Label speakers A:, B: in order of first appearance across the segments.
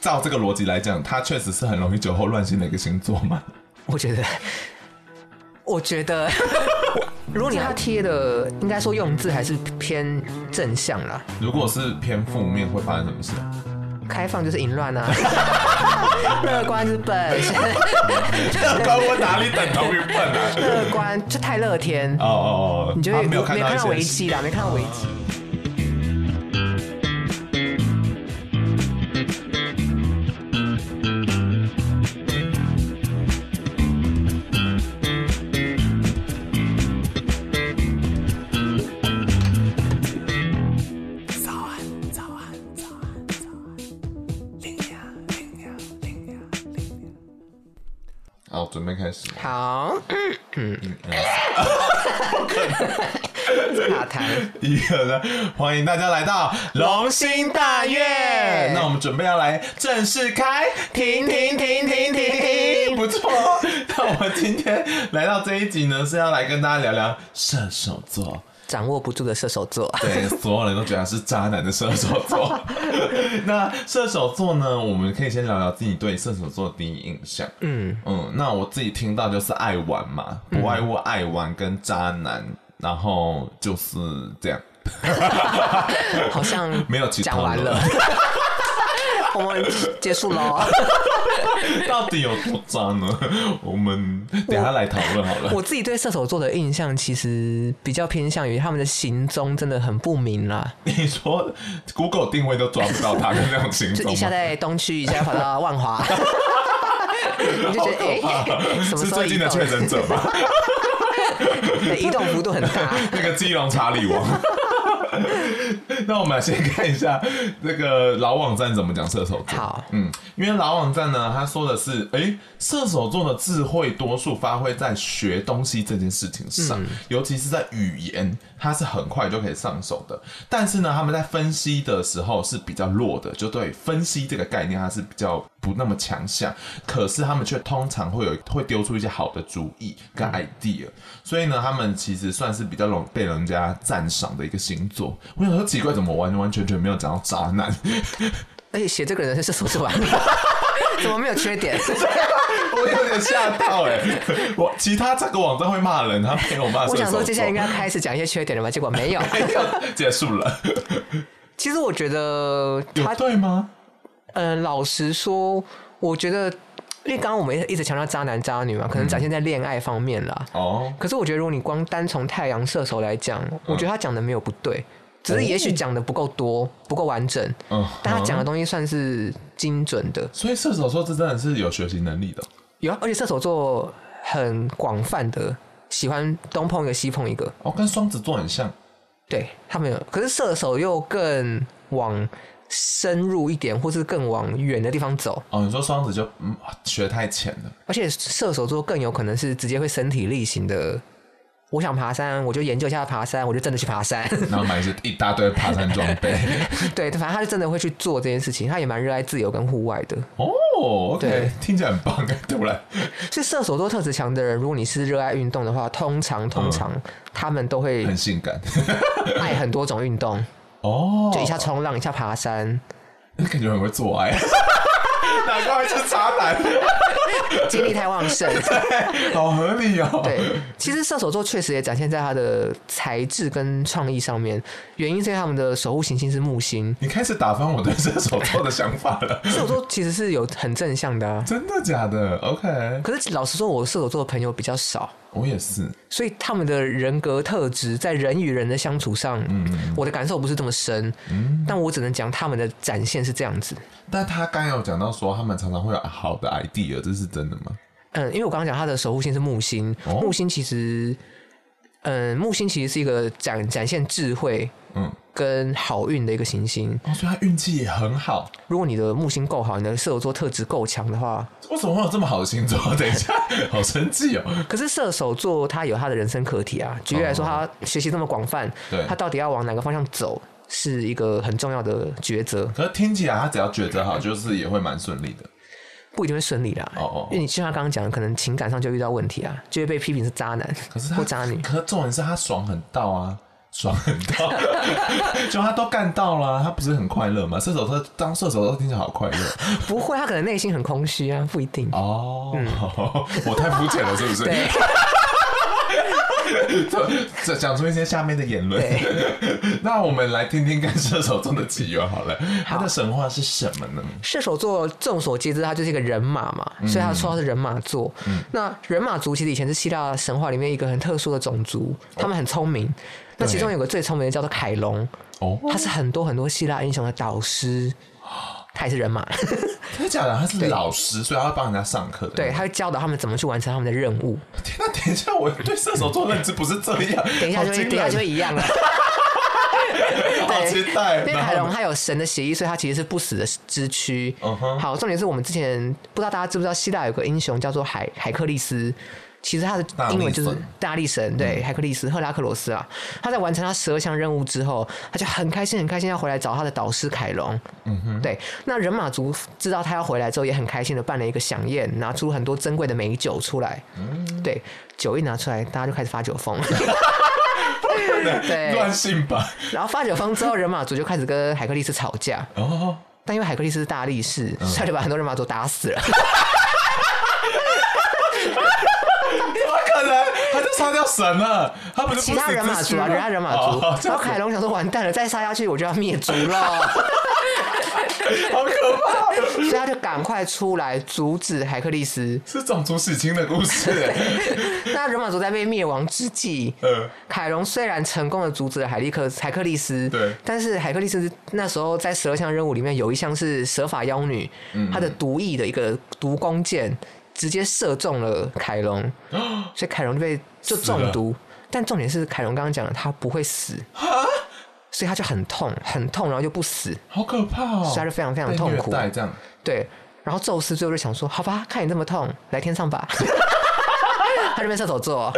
A: 照这个逻辑来讲，他确实是很容易酒后乱性的一个星座 嘛。
B: 我觉得，我觉 得，如果你要贴的，应该说用字还是偏正向啦，
A: 如果是偏负面，会发生什 么事？
B: 开放就是淫乱啊，乐观是笨，
A: 乐观我哪里等同于笨啊？
B: 乐观就太乐 天
A: 哦，哦哦，
B: 你就会
A: 他没有看
B: 没
A: 到
B: 看到危
A: 一些
B: 机啦，没看到危机。
A: 好，准备开始。
B: 好，嗯 嗯，卡痰，
A: 一个呢，欢迎大家来到龙兴大院。那我们准备要来正式开，停停停停停 停，不错。哦那我们今天来到这一集呢，是要来跟大家聊聊射手座。
B: 掌握不住的射手 座，
A: 对，所有人都觉得他是渣男的射手 座。那射手座呢，我们可以先聊聊自己对射手座的第一印象。
B: 嗯，
A: 嗯，那我自己听到就是爱玩嘛，不外乎爱玩跟渣男，然后就是这样。
B: 好像
A: 没有其他
B: 讲完
A: 了
B: 了， 我们结束喽。
A: 到底有多渣呢？ 我们等一下来讨论好 了。
B: 我自己对射手座的印象其实比较偏向于他们的行踪真的很不明啦，
A: 你说 Google 定位都抓不到他跟那种行
B: 就
A: 踪
B: 一下
A: 吗？
B: 在东区，一下跑到 万华，你就觉得哎、欸什么
A: 是
B: 时候
A: 最
B: 移
A: 近的
B: 动？
A: 确诊者吧？
B: 对，移动幅度很大。
A: 那个基隆查理王。 那我们来先看一下那个老网站怎么讲射手座。
B: 好，
A: 嗯，因为老网站呢，他说的是，诶，射手座的智慧多数发挥在学东西这件事情上，尤其是在语言，它是很快就可以上手的。但是呢，他们在分析的时候是比较弱的，就对分析这个概念，它是比较不那么强项。可是他们却通常会有会丢出一些好的主意跟 idea，、所以呢，他们其实算是比较容被人家赞赏的一个星座。我想说奇怪，怎么完完全全没有讲到渣男？
B: 而且写这个人是射手座吧？ 怎么没有 缺点？
A: 我有点吓到哎、我其他这个网站会骂人，他没有啊骂射手座。
B: 我想说，接下来应该开始讲一些缺点了吧？结果没有。
A: 没有结束了，
B: 其实我觉得
A: 有
B: 他，
A: 对吗？
B: 嗯、老实说，我觉得，因为刚刚我们一直强调渣男渣女嘛，可能展现在恋爱方面啦。
A: 哦，
B: 可是我觉得，如果你光单从太阳射手来讲，我觉得他讲的没有不对，只是也许讲的不够多，不够完整。
A: 嗯，
B: 但他讲的东西算是精准的，
A: 所以射手座这真的是有学习能力的。
B: 有啊，而且射手座很广泛的，喜欢东碰一个西碰一个，
A: 哦，跟双子座很像，
B: 对他们有，可是射手又更往深入一点，或是更往远的地方走。
A: 哦，你说双子就嗯学太浅了，
B: 而且射手座更有可能是直接会身体力行的。我想爬山，我就研究一下爬山，我就真的去爬山。
A: 然后买一些一大堆爬山装 备。
B: 对，反正他就真的会去做这件事情，他也蛮热爱自由跟户外的。
A: 哦，OK，
B: 对
A: 听起来很棒哎，突然，
B: 是射手座特质强的人，如果你是热爱运动的话，通常通常他们都会
A: 嗯很性感
B: 爱很多种 运动，
A: 哦，
B: 就一下冲浪，一下爬山，
A: 感觉很会做 爱，难怪会是渣男，
B: 精力太 旺盛。
A: 好合理哦。
B: 对，其实射手座确实也展现在他的才智跟创意上面，原因是因为他们的守护行星是木星。
A: 你开始打翻我对射手座的想法了，
B: 射手座其实是有很正向的、啊，
A: 真的假的？OK，
B: 可是老实说，我射手座的朋友比较少，
A: 我也是，
B: 所以他们的人格特质在人与人的相处上，
A: 嗯
B: 我的感受不是这么深，但我只能讲他们的展现是这样子。
A: 但他刚有讲到说他们常常会有好的 idea，这是真的吗？
B: 嗯，因为我刚刚讲他的守护星是木星，
A: 哦
B: 木星其实，嗯，木星其实是一个展展现智慧
A: 嗯，
B: 跟好运的一个行星。
A: 哦，所以他运气也很好。
B: 如果你的木星够好，你的射手座特质够强 的话，
A: 为什么会有这么好的星座？等一下， 好生气哦！
B: 可是射手座他有他的人生课题啊。举例来说，他学习这么广泛
A: 对，
B: 他到底要往哪个方向走，是一个很重要的抉择，
A: 可是听起来他只要觉得好，就是也会蛮顺利的。
B: 不一定会顺利啦。
A: 哦哦
B: 因为你就像他刚刚讲，的，可能情感上就遇到问题啊，就会被批评是渣男
A: 可是他
B: 或渣女。
A: 可是重点是他爽很到啊，爽很到， 就他都干到了，啊他不是很快乐吗？射手座当射手座听起来好快乐
B: 不会，他可能内心很空虚啊，不一定。
A: 哦， 我太肤浅了，是不是？
B: 对，
A: 这讲出一些下面的言论。 那我们来听听看射手座的起源好了，他的神话是什么呢？
B: 射手座众所皆知，他就是一个人马嘛，
A: 嗯
B: 所以他说他是人马座。那人马族其实以前是希腊神话里面一个很特殊的种族，他们很聪明。那其中有个最聪明的叫做凯龙，
A: 哦，
B: 他是很多很多希腊英雄的导师，他也是人马，
A: 真的假的？他是老师，所以他会帮人家上课的。
B: 对，，他会教导他们怎么去完成他们的任务。
A: 天哪！等一下，我对射手座认知不是这样。
B: 等一下就会，
A: 好惊
B: 等一下
A: 人
B: 就会一样了。
A: 好
B: 对
A: 期待。
B: 因为
A: 然后
B: 凯龙
A: 呢
B: 他有神的协议，所以他其实是不死的之躯。
A: 嗯哼
B: 好，重点是我们之前不知道大家知不知道，希腊有个英雄叫做海海克力斯。其实他的
A: 大力
B: 英文就是
A: 神
B: 大力神，
A: 嗯
B: 对，海克力斯、赫拉克罗斯啊。他在完成他十二项任务之后，他就很开心，很开心要回来找他的导师凯龙。嗯哼，对。那人马族知道他要回来之后，也很开心的办了一个飨宴，拿出很多珍贵的美酒出来。嗯，对，酒一拿出来，大家就开始发 酒疯。 对，
A: 乱性吧？
B: 然后发酒疯之后，人马族就开始跟海克力斯吵架，
A: 哦，
B: 但因为海克力斯是大力士，
A: 嗯
B: 所以就把很多人马族打死了。
A: 怎么可能？他就杀掉神了， 他不是
B: 其他人马族啊，其他人马
A: 哦
B: 族，然后凯
A: 龙
B: 龙想说完蛋了，再杀下去我就要灭族了，
A: 好可怕，
B: 所以他就赶快出来阻止海克力斯。
A: 是种族洗清的故事。
B: 那人马族在被灭亡之际，
A: 呃，
B: 凯龙虽然成功的阻止了海利克海克力斯，
A: 对
B: 但是海克力斯那时候在十二项任务里面有一项是蛇法妖女，她的毒翼的一个毒弓箭直接射中了凯龙，所以凯龙就被就中毒。但重点是凯龙刚刚讲了，他不会死，所以他就很痛很痛，然后就不死，
A: 好可怕哦，
B: 啊所以他就非常非常
A: 被
B: 痛
A: 虐
B: 苦
A: 待这样，
B: 对。然后宙斯最后就想说，好吧，看你这么痛，来天上吧。 他就变射手座，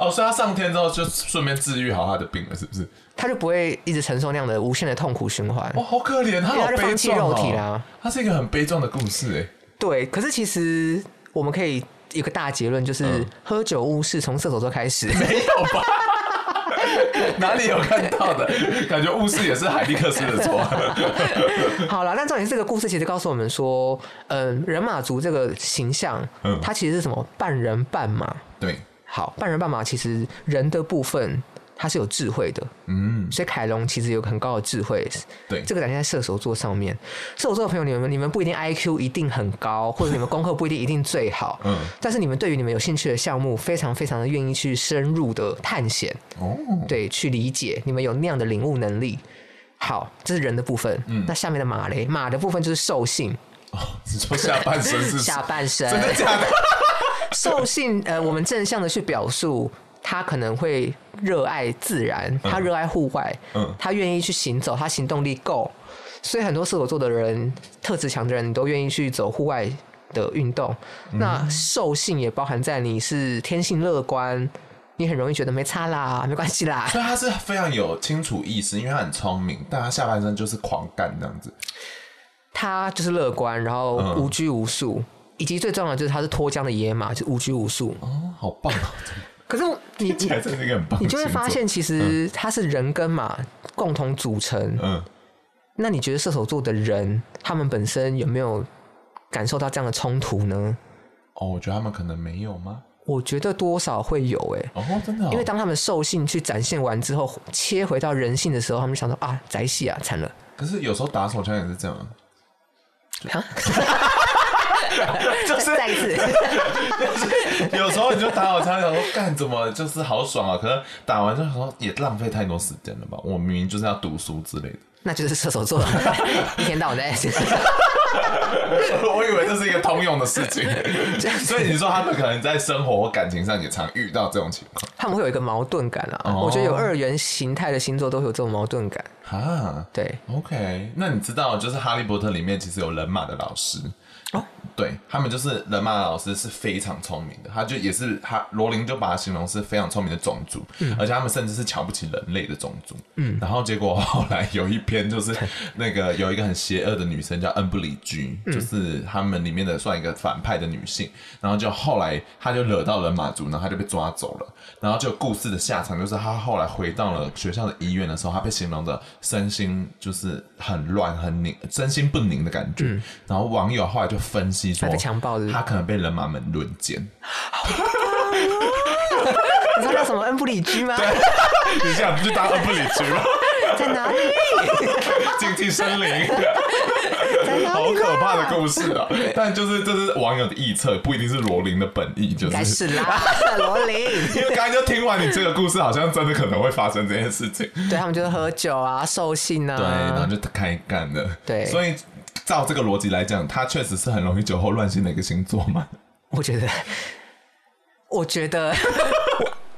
A: 哦，所以他上天之后就顺便治愈好他的病了，是不是？
B: 他就不会一直承受那样的无限的痛苦循环。
A: 哇，好可怜，他
B: 哦因为
A: 好
B: 他就
A: 悲
B: 放弃
A: 壮
B: 肉体
A: 哦
B: 啦。
A: 他是一个很悲壮的故事，哎，
B: 对，可是其实我们可以有个大结论，就是、喝酒误事从射手座开始。
A: 嗯没有吧？ 哪里有看到的？感觉巫师也是海利克斯的错。
B: 好了，但重点是这个故事其实告诉我们说，嗯、人马族这个形象，
A: 嗯
B: 它其实是什么半人半马。
A: 对，
B: 好，半人半马其实人的部分它是有智慧的，
A: 嗯，
B: 所以凯龙其实有很高的智慧，
A: 对，
B: 这个展现在射手座上面。射手座的朋友，你们你们不一定 IQ 一定很高，或者你 们功课不一定一定最好，
A: 嗯
B: 但是你们对于你们有兴趣的项目，非常非常的愿意去深入的探险，
A: 哦，
B: 对，去理解，你们有那样的领悟能力。好，这是人的部分。
A: 嗯
B: 那下面的马雷，马的部分就是兽性，
A: 哦，你说下半身是
B: 下半身
A: 真的假的？
B: 兽性，呃，我们正向的去表述，他可能会热爱自然，他热爱户外，
A: 嗯
B: 他愿意去行走，他行动力够，所以很多射手座的人，特质强的人，你都愿意去走户外的运动。
A: 嗯
B: 那兽性也包含在你是天性乐观，你很容易觉得没差啦，没关 系啦。
A: 所以他是非常有清楚意识，因为他很聪明，但他下半身就是狂干这样子。
B: 他就是乐观，然后
A: 嗯
B: 无拘无束，以及最重要的就是他是脱缰的野马，就是无拘无束。
A: 哦，好棒哦！
B: 可是 你
A: 听起来真是一个很棒的
B: 你就会发现，其
A: 嗯
B: 实它是人跟马共同组成
A: 星。座，嗯，
B: 那你觉得射手座的人，他们本身有没有感受到这样的冲突呢？
A: 哦，我觉得他们可能没有吗？
B: 我觉得多少会有诶、
A: 哦，真的、哦，
B: 因为当他们兽性去展现完之后，切回到人性的时候，他们想说啊，宅系啊， 惨了，
A: 可是有时候打手枪也是这样啊，
B: 再再一次，
A: 有时候你就打手枪，想说干怎么就是好爽啊，可是打完之后想说也浪费太多时间了吧？我明明就是要读书之类的，
B: 那就是射手座， 一天到晚在
A: 我以为这是一个通用的事情，所以你说他们可能在生活或感情上也常遇到这种情况
B: 他们会有一个矛盾感啊。
A: 哦
B: 我觉得有二元形态的星座都会有这种矛盾感。
A: 哈。
B: 对，
A: OK，那你知道，就是《哈利波特》里面其实有人马的老师
B: 哦
A: 对他们就是人马的老师是非常聪明的，他就也是他罗琳就把他形容是非常聪明的种族，而且他们甚至是瞧不起人类的种族。嗯，然后结果后来有一篇就是那个有一个很邪恶的女生叫恩布里居，就是他们里面的算一个反派的女性，然后就后来她就惹到了马族，然后她就被抓走了，然后就故事的下场就是她后来回到了学校的医院的时候，她被形容的身心就是很乱、很拧、身心不宁的感觉，然后网友后来就分析说
B: 她嗯被强暴是不是
A: 她可能被人马们轮奸，
B: 你知道叫什么恩不里居吗？
A: 你这样不就当二不理局 吗？
B: 在哪 里？
A: 禁忌森林。
B: 在哪里？啊
A: 好可怕的故事啊！但就是这是网友的臆测，不一定是罗琳的本意，就
B: 应该
A: 是。
B: 是 啦，罗琳。
A: 因为刚才就听完你这个故事，好像真的可能会发生这件事情。
B: 对他们就是喝酒啊、兽 性
A: 对，然后
B: 啊，
A: 就开干了。
B: 对
A: 所以照这个逻辑来讲，他确实是很容易酒后乱性的一个星座嘛。
B: 我觉得，我觉得。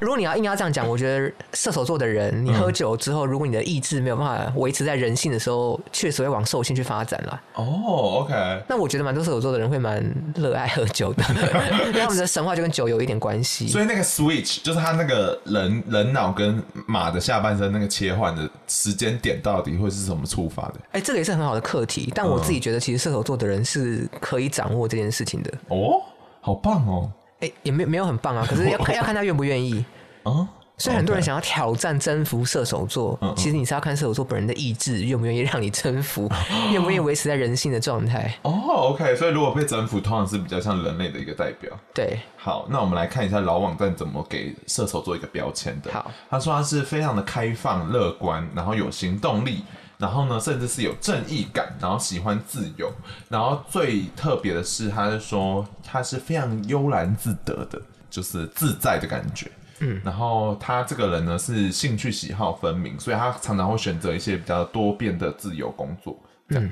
B: 如果你要硬要这样讲，我觉得射手座的人，你喝酒之后，如果你的意志没有办法维持在人性的时候，确实会往兽性去发展啦。
A: 哦，OK，
B: 那我觉得蛮多射手座的人会蛮热爱喝酒 的，因为他们的神话就跟酒有一点关系。
A: 所以那个 switch 就是他那个人人脑跟马的下半身那个切换的时间点，到底会是什么触发的？
B: 哎、这个也是很好的课题，但我自己觉得，其实射手座的人是可以掌握这件事情的。
A: 哦，好棒哦！
B: 哎、也没没有很棒啊，可是
A: 嗯
B: 要看要看他愿不愿意。
A: 啊，
B: 所以很多人
A: OK
B: 想要挑战征服射手座
A: 嗯嗯，
B: 其实你是要看射手座本人的意志愿不愿意让你征服，愿不愿意维持在人性的状态。
A: 哦，OK，所以如果被征服，通常是比较像人类的一个代表。
B: 对，
A: 好，那我们来看一下老网站怎么给射手做一个标签的。
B: 好，
A: 他说他是非常的开放、乐观，然后有行动力，然后呢，甚至是有正义感，然后喜欢自由，然后最特别的是，他是说他是非常悠然自得的，就是自在的感觉。嗯，然后他这个人呢是兴趣喜好分明，所以他常常会选择一些比较多变的自由工作。嗯，哦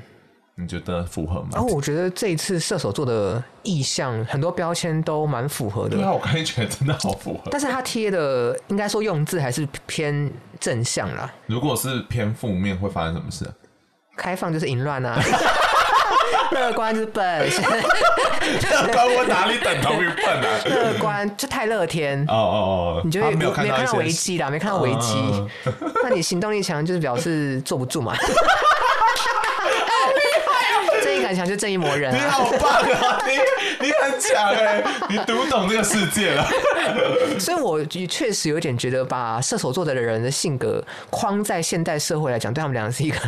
A: 你觉得符合吗？
B: 然后我觉得这一次射手座的意向很多标签都蛮符合
A: 对
B: 的，
A: 啊，我刚才觉得真的好符合。
B: 但是他贴的应该说用字还是偏正向啦，
A: 如果是偏负面，会发生什么事啊？
B: 开放就是淫乱啊， 乐观就是笨，
A: 关我哪里等同于笨啊？
B: 乐观就太乐天
A: 哦。哦哦，
B: 你就会
A: 他没有看
B: 没
A: 到一
B: 看到
A: 些
B: 危机啦，没看到危机
A: 嗯，
B: 那你行动力强就是表示坐不住 嘛。正义感强就正义魔 人
A: 你
B: 啊，
A: 好棒啊！你你很强 哎、你读懂这个世界了。
B: 所以我确实有点觉得，把射手座的人的性格框在现代社会来讲，对他们俩是一个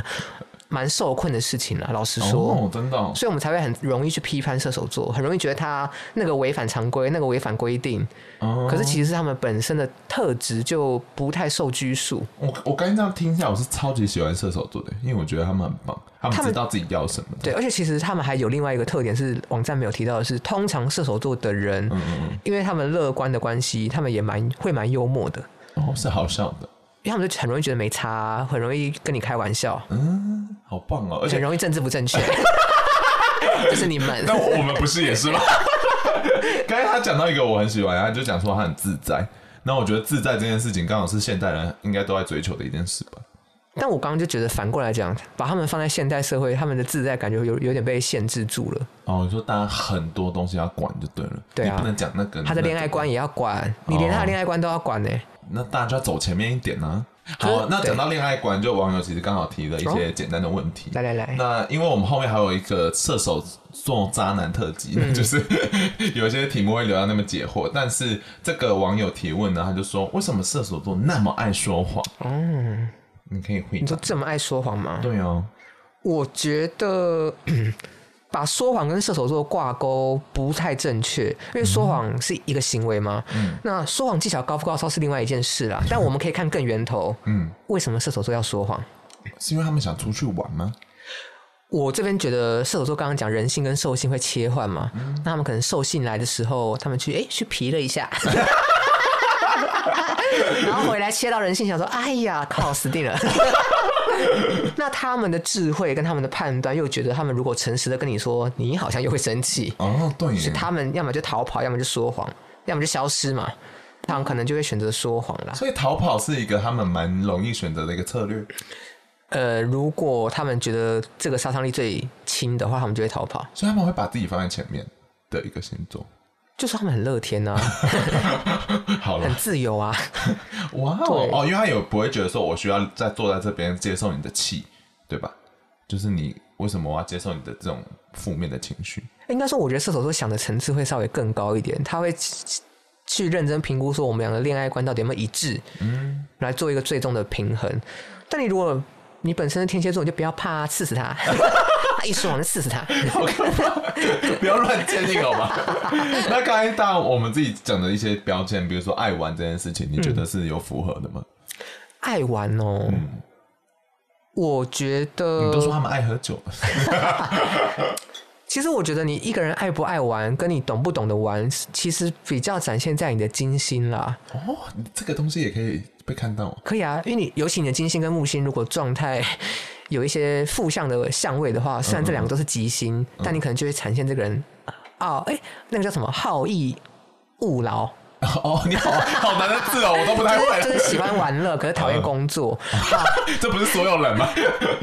B: 蛮受困的事情了。老实说，
A: 哦，真的、哦，
B: 所以我们才会很容易去批判射手座，很容易觉得他那个违反常规，那个违反规定。
A: 哦
B: 可是其实他们本身的特质就不太受拘束，
A: 我我刚才这样听一下，我是超级喜欢射手座的，因为我觉得他们很棒，他们
B: 他们
A: 知道自己要什么的。
B: 对，而且其实他们还有另外一个特点是网站没有提到的是，通常射手座的人，
A: 嗯
B: 因为他们乐观的关系，他们也蛮会蛮幽默的，
A: 哦，是好笑的，
B: 因为他们就很容易觉得没差啊，很容易跟你开玩笑，
A: 嗯好棒哦！而
B: 很
A: 且，
B: 容易政治不 正确，就是你们。
A: 但我们不是也是吗？ 刚才他讲到一个我很喜欢，他就讲说他很自在。那我觉得自在这件事情，刚好是现代人应该都在追求的一件事吧。
B: 但我刚刚就觉得反过来讲，把他们放在现代社会，他们的自在感觉有有点被限制住了。
A: 哦，你说大家很多东西要管就对了，
B: 对啊
A: 你不能讲嗯那哦个
B: 他的恋爱，观也要管，你连他的恋爱观都要管呢、
A: 那大家走前面一点呢、啊。
B: 可是
A: 好，那
B: 对哦
A: 讲到恋爱观，就网友其实刚好提了一些简单的问题。
B: 来来来
A: 那因为我们后面还有一个射手座渣男特辑，
B: 嗯
A: 就是 有一些题目会留到那么解惑。但是这个网友提问呢，他就说为什么射手座那么爱说谎？哦，你可以回
B: 你
A: 答
B: 说。这么爱说谎吗？
A: 对哦，
B: 我觉得 把说谎跟射手座挂钩不太正确，因为说谎是一个行为嘛。那说谎技巧高不高超是另外一件事啦，但我们可以看更源头。
A: 嗯，
B: 为什么射手座要说谎？
A: 是因为他们想出去玩吗？
B: 我这边觉得射手座刚刚讲人性跟兽性会切换嘛，那他们可能兽性来的时候，他们去哎、诶去皮了一下，然后回来切到人性，想说哎呀靠死定了。那他们的智慧跟他们的判断，又觉得他们如果诚实的跟你说，你好像又会生气，
A: 哦，对耶，
B: 是他们要么就逃跑，要么就说谎，要么就消失嘛。他们可能就会选择说谎啦。
A: 所以逃跑是一个他们蛮容易选择的一个策略。
B: 呃，如果他们觉得这个杀伤力最轻的话，他们就会逃跑。
A: 所以他们会把自己放在前面的一个星 座。
B: 就是他们很乐天啊。
A: 好
B: 很
A: 了，
B: 自由啊，
A: 哇
B: 对
A: 哦，哦，因为他有不会觉得说我需要再坐在这边接受你的气，对吧？就是你为什么我要接受你的这种负面的情绪？
B: 应该说，我觉得射手座想的层次会稍微更高一点，他会去去认真评估说我们两个恋爱观到底有没有一致，嗯，来做一个最终的平衡。但你如果你本身是天蝎座，你就不要怕啊刺 死他，他一爽就刺死他。
A: 好可怕！ 不要乱鉴定好吗？ 那刚才到我们自己讲的一些标签，比如说爱玩这件事情，你觉得是有符合的吗？
B: 爱玩哦，我觉
A: 嗯你都
B: 得，
A: 说他们爱喝酒，
B: 其实我觉得你一个人爱不爱玩，跟你懂不懂得玩，其实比较展现在你的精心啦。
A: 哦，你这个东西也可以被看到。哦
B: 可以啊，因为你尤其你的金星跟木星如果状态有一些负向的相位的话，虽然这两个都是吉星，但你可能就会产现这个人哦，哎、那个叫什么好逸恶劳，
A: 哦，你好好难的字哦，我都不太
B: 就
A: 会。
B: 是喜欢玩乐，可是讨厌工作。 啊
A: 这不是所有人吗？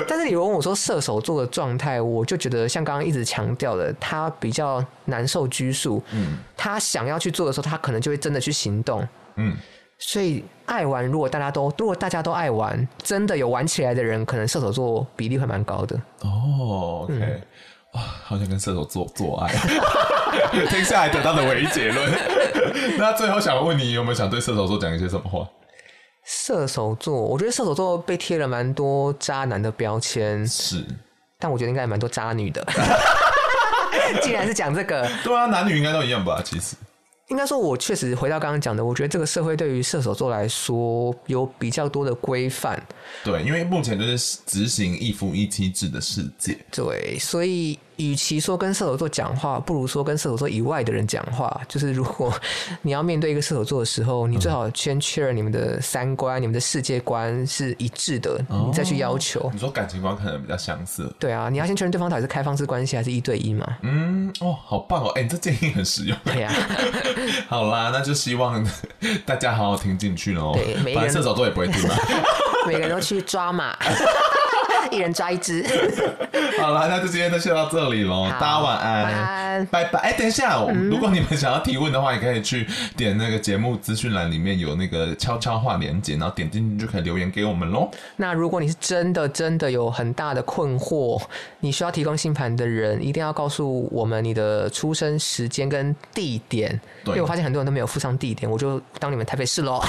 B: 但是你如果问我说射手座的状态，我就觉得像刚刚一直强调的，他比较难受拘束，嗯，他想要去做的时候，他可能就会真的去行动，
A: 嗯，
B: 所以爱玩，如果大家都如果大家都爱玩，真的有玩起来的人，可能射手座比例会蛮高的。
A: 哦，OK，哇、好想跟射手座做爱。 听下来得到的唯一结论。 那最后想问你，有没有想对射手座讲一些什么话？
B: 射手座，我觉得射手座被贴了蛮多渣男的标签，
A: 是，
B: 但我觉得应该也蛮多渣女的。 既然是讲这个，
A: 对啊，男女应该都一样吧？其实，
B: 应该说，我确实回到刚刚讲的，我觉得这个社会对于射手座来说有比较多的规范，
A: 对，因为目前就是执行一夫一妻制的世界。
B: 对，所以与其说跟射手座讲话，不如说跟射手座以外的人讲话。就是如果你要面对一个射手座的时候，你最好先确认你们的三观、你们的世界观是一致的，你再去要求。
A: 你说感情观可能比较相似。
B: 对啊，你要先确认对方到底是开放式关系还是一对一嘛？
A: 嗯，哦，好棒哦！哎、你这建议很实用。
B: 对啊，
A: 好啦，那就希望 大家好好听进去喽。
B: 对每一个
A: 反正
B: 人
A: 射手座也不会听嘛。
B: 每个人都去抓 嘛，一人抓一只。
A: 好啦，那就今天就先到这里喽，大家晚安，
B: 晚安
A: 拜拜。哎、等一下，
B: 嗯
A: 如果你们想要提问的话，也可以去点那个节目资讯栏里面有那个悄悄话连接，然后点进去就可以留言给我们 喽。
B: 那如果你是真的真的有很大的困惑，你需要提供星盘的人，一定要告诉我们你的出生时间跟地点。
A: 对
B: 因为我发现很多人都没有附上地点，我就当你们台北市喽，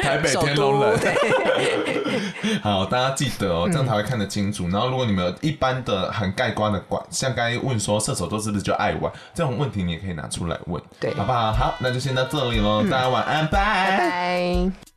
A: 台北
B: 首
A: 天龙
B: 都
A: 人。
B: 对，
A: 好，大家记得哦，这样才会看得清楚。然后，如果你们有一般的很盖棺的管，像刚才问说射手座是不是就爱玩这种问题，你也可以拿出来问，
B: 对
A: 好不好？好，那就先到这里喽，大家晚安，
B: 拜拜。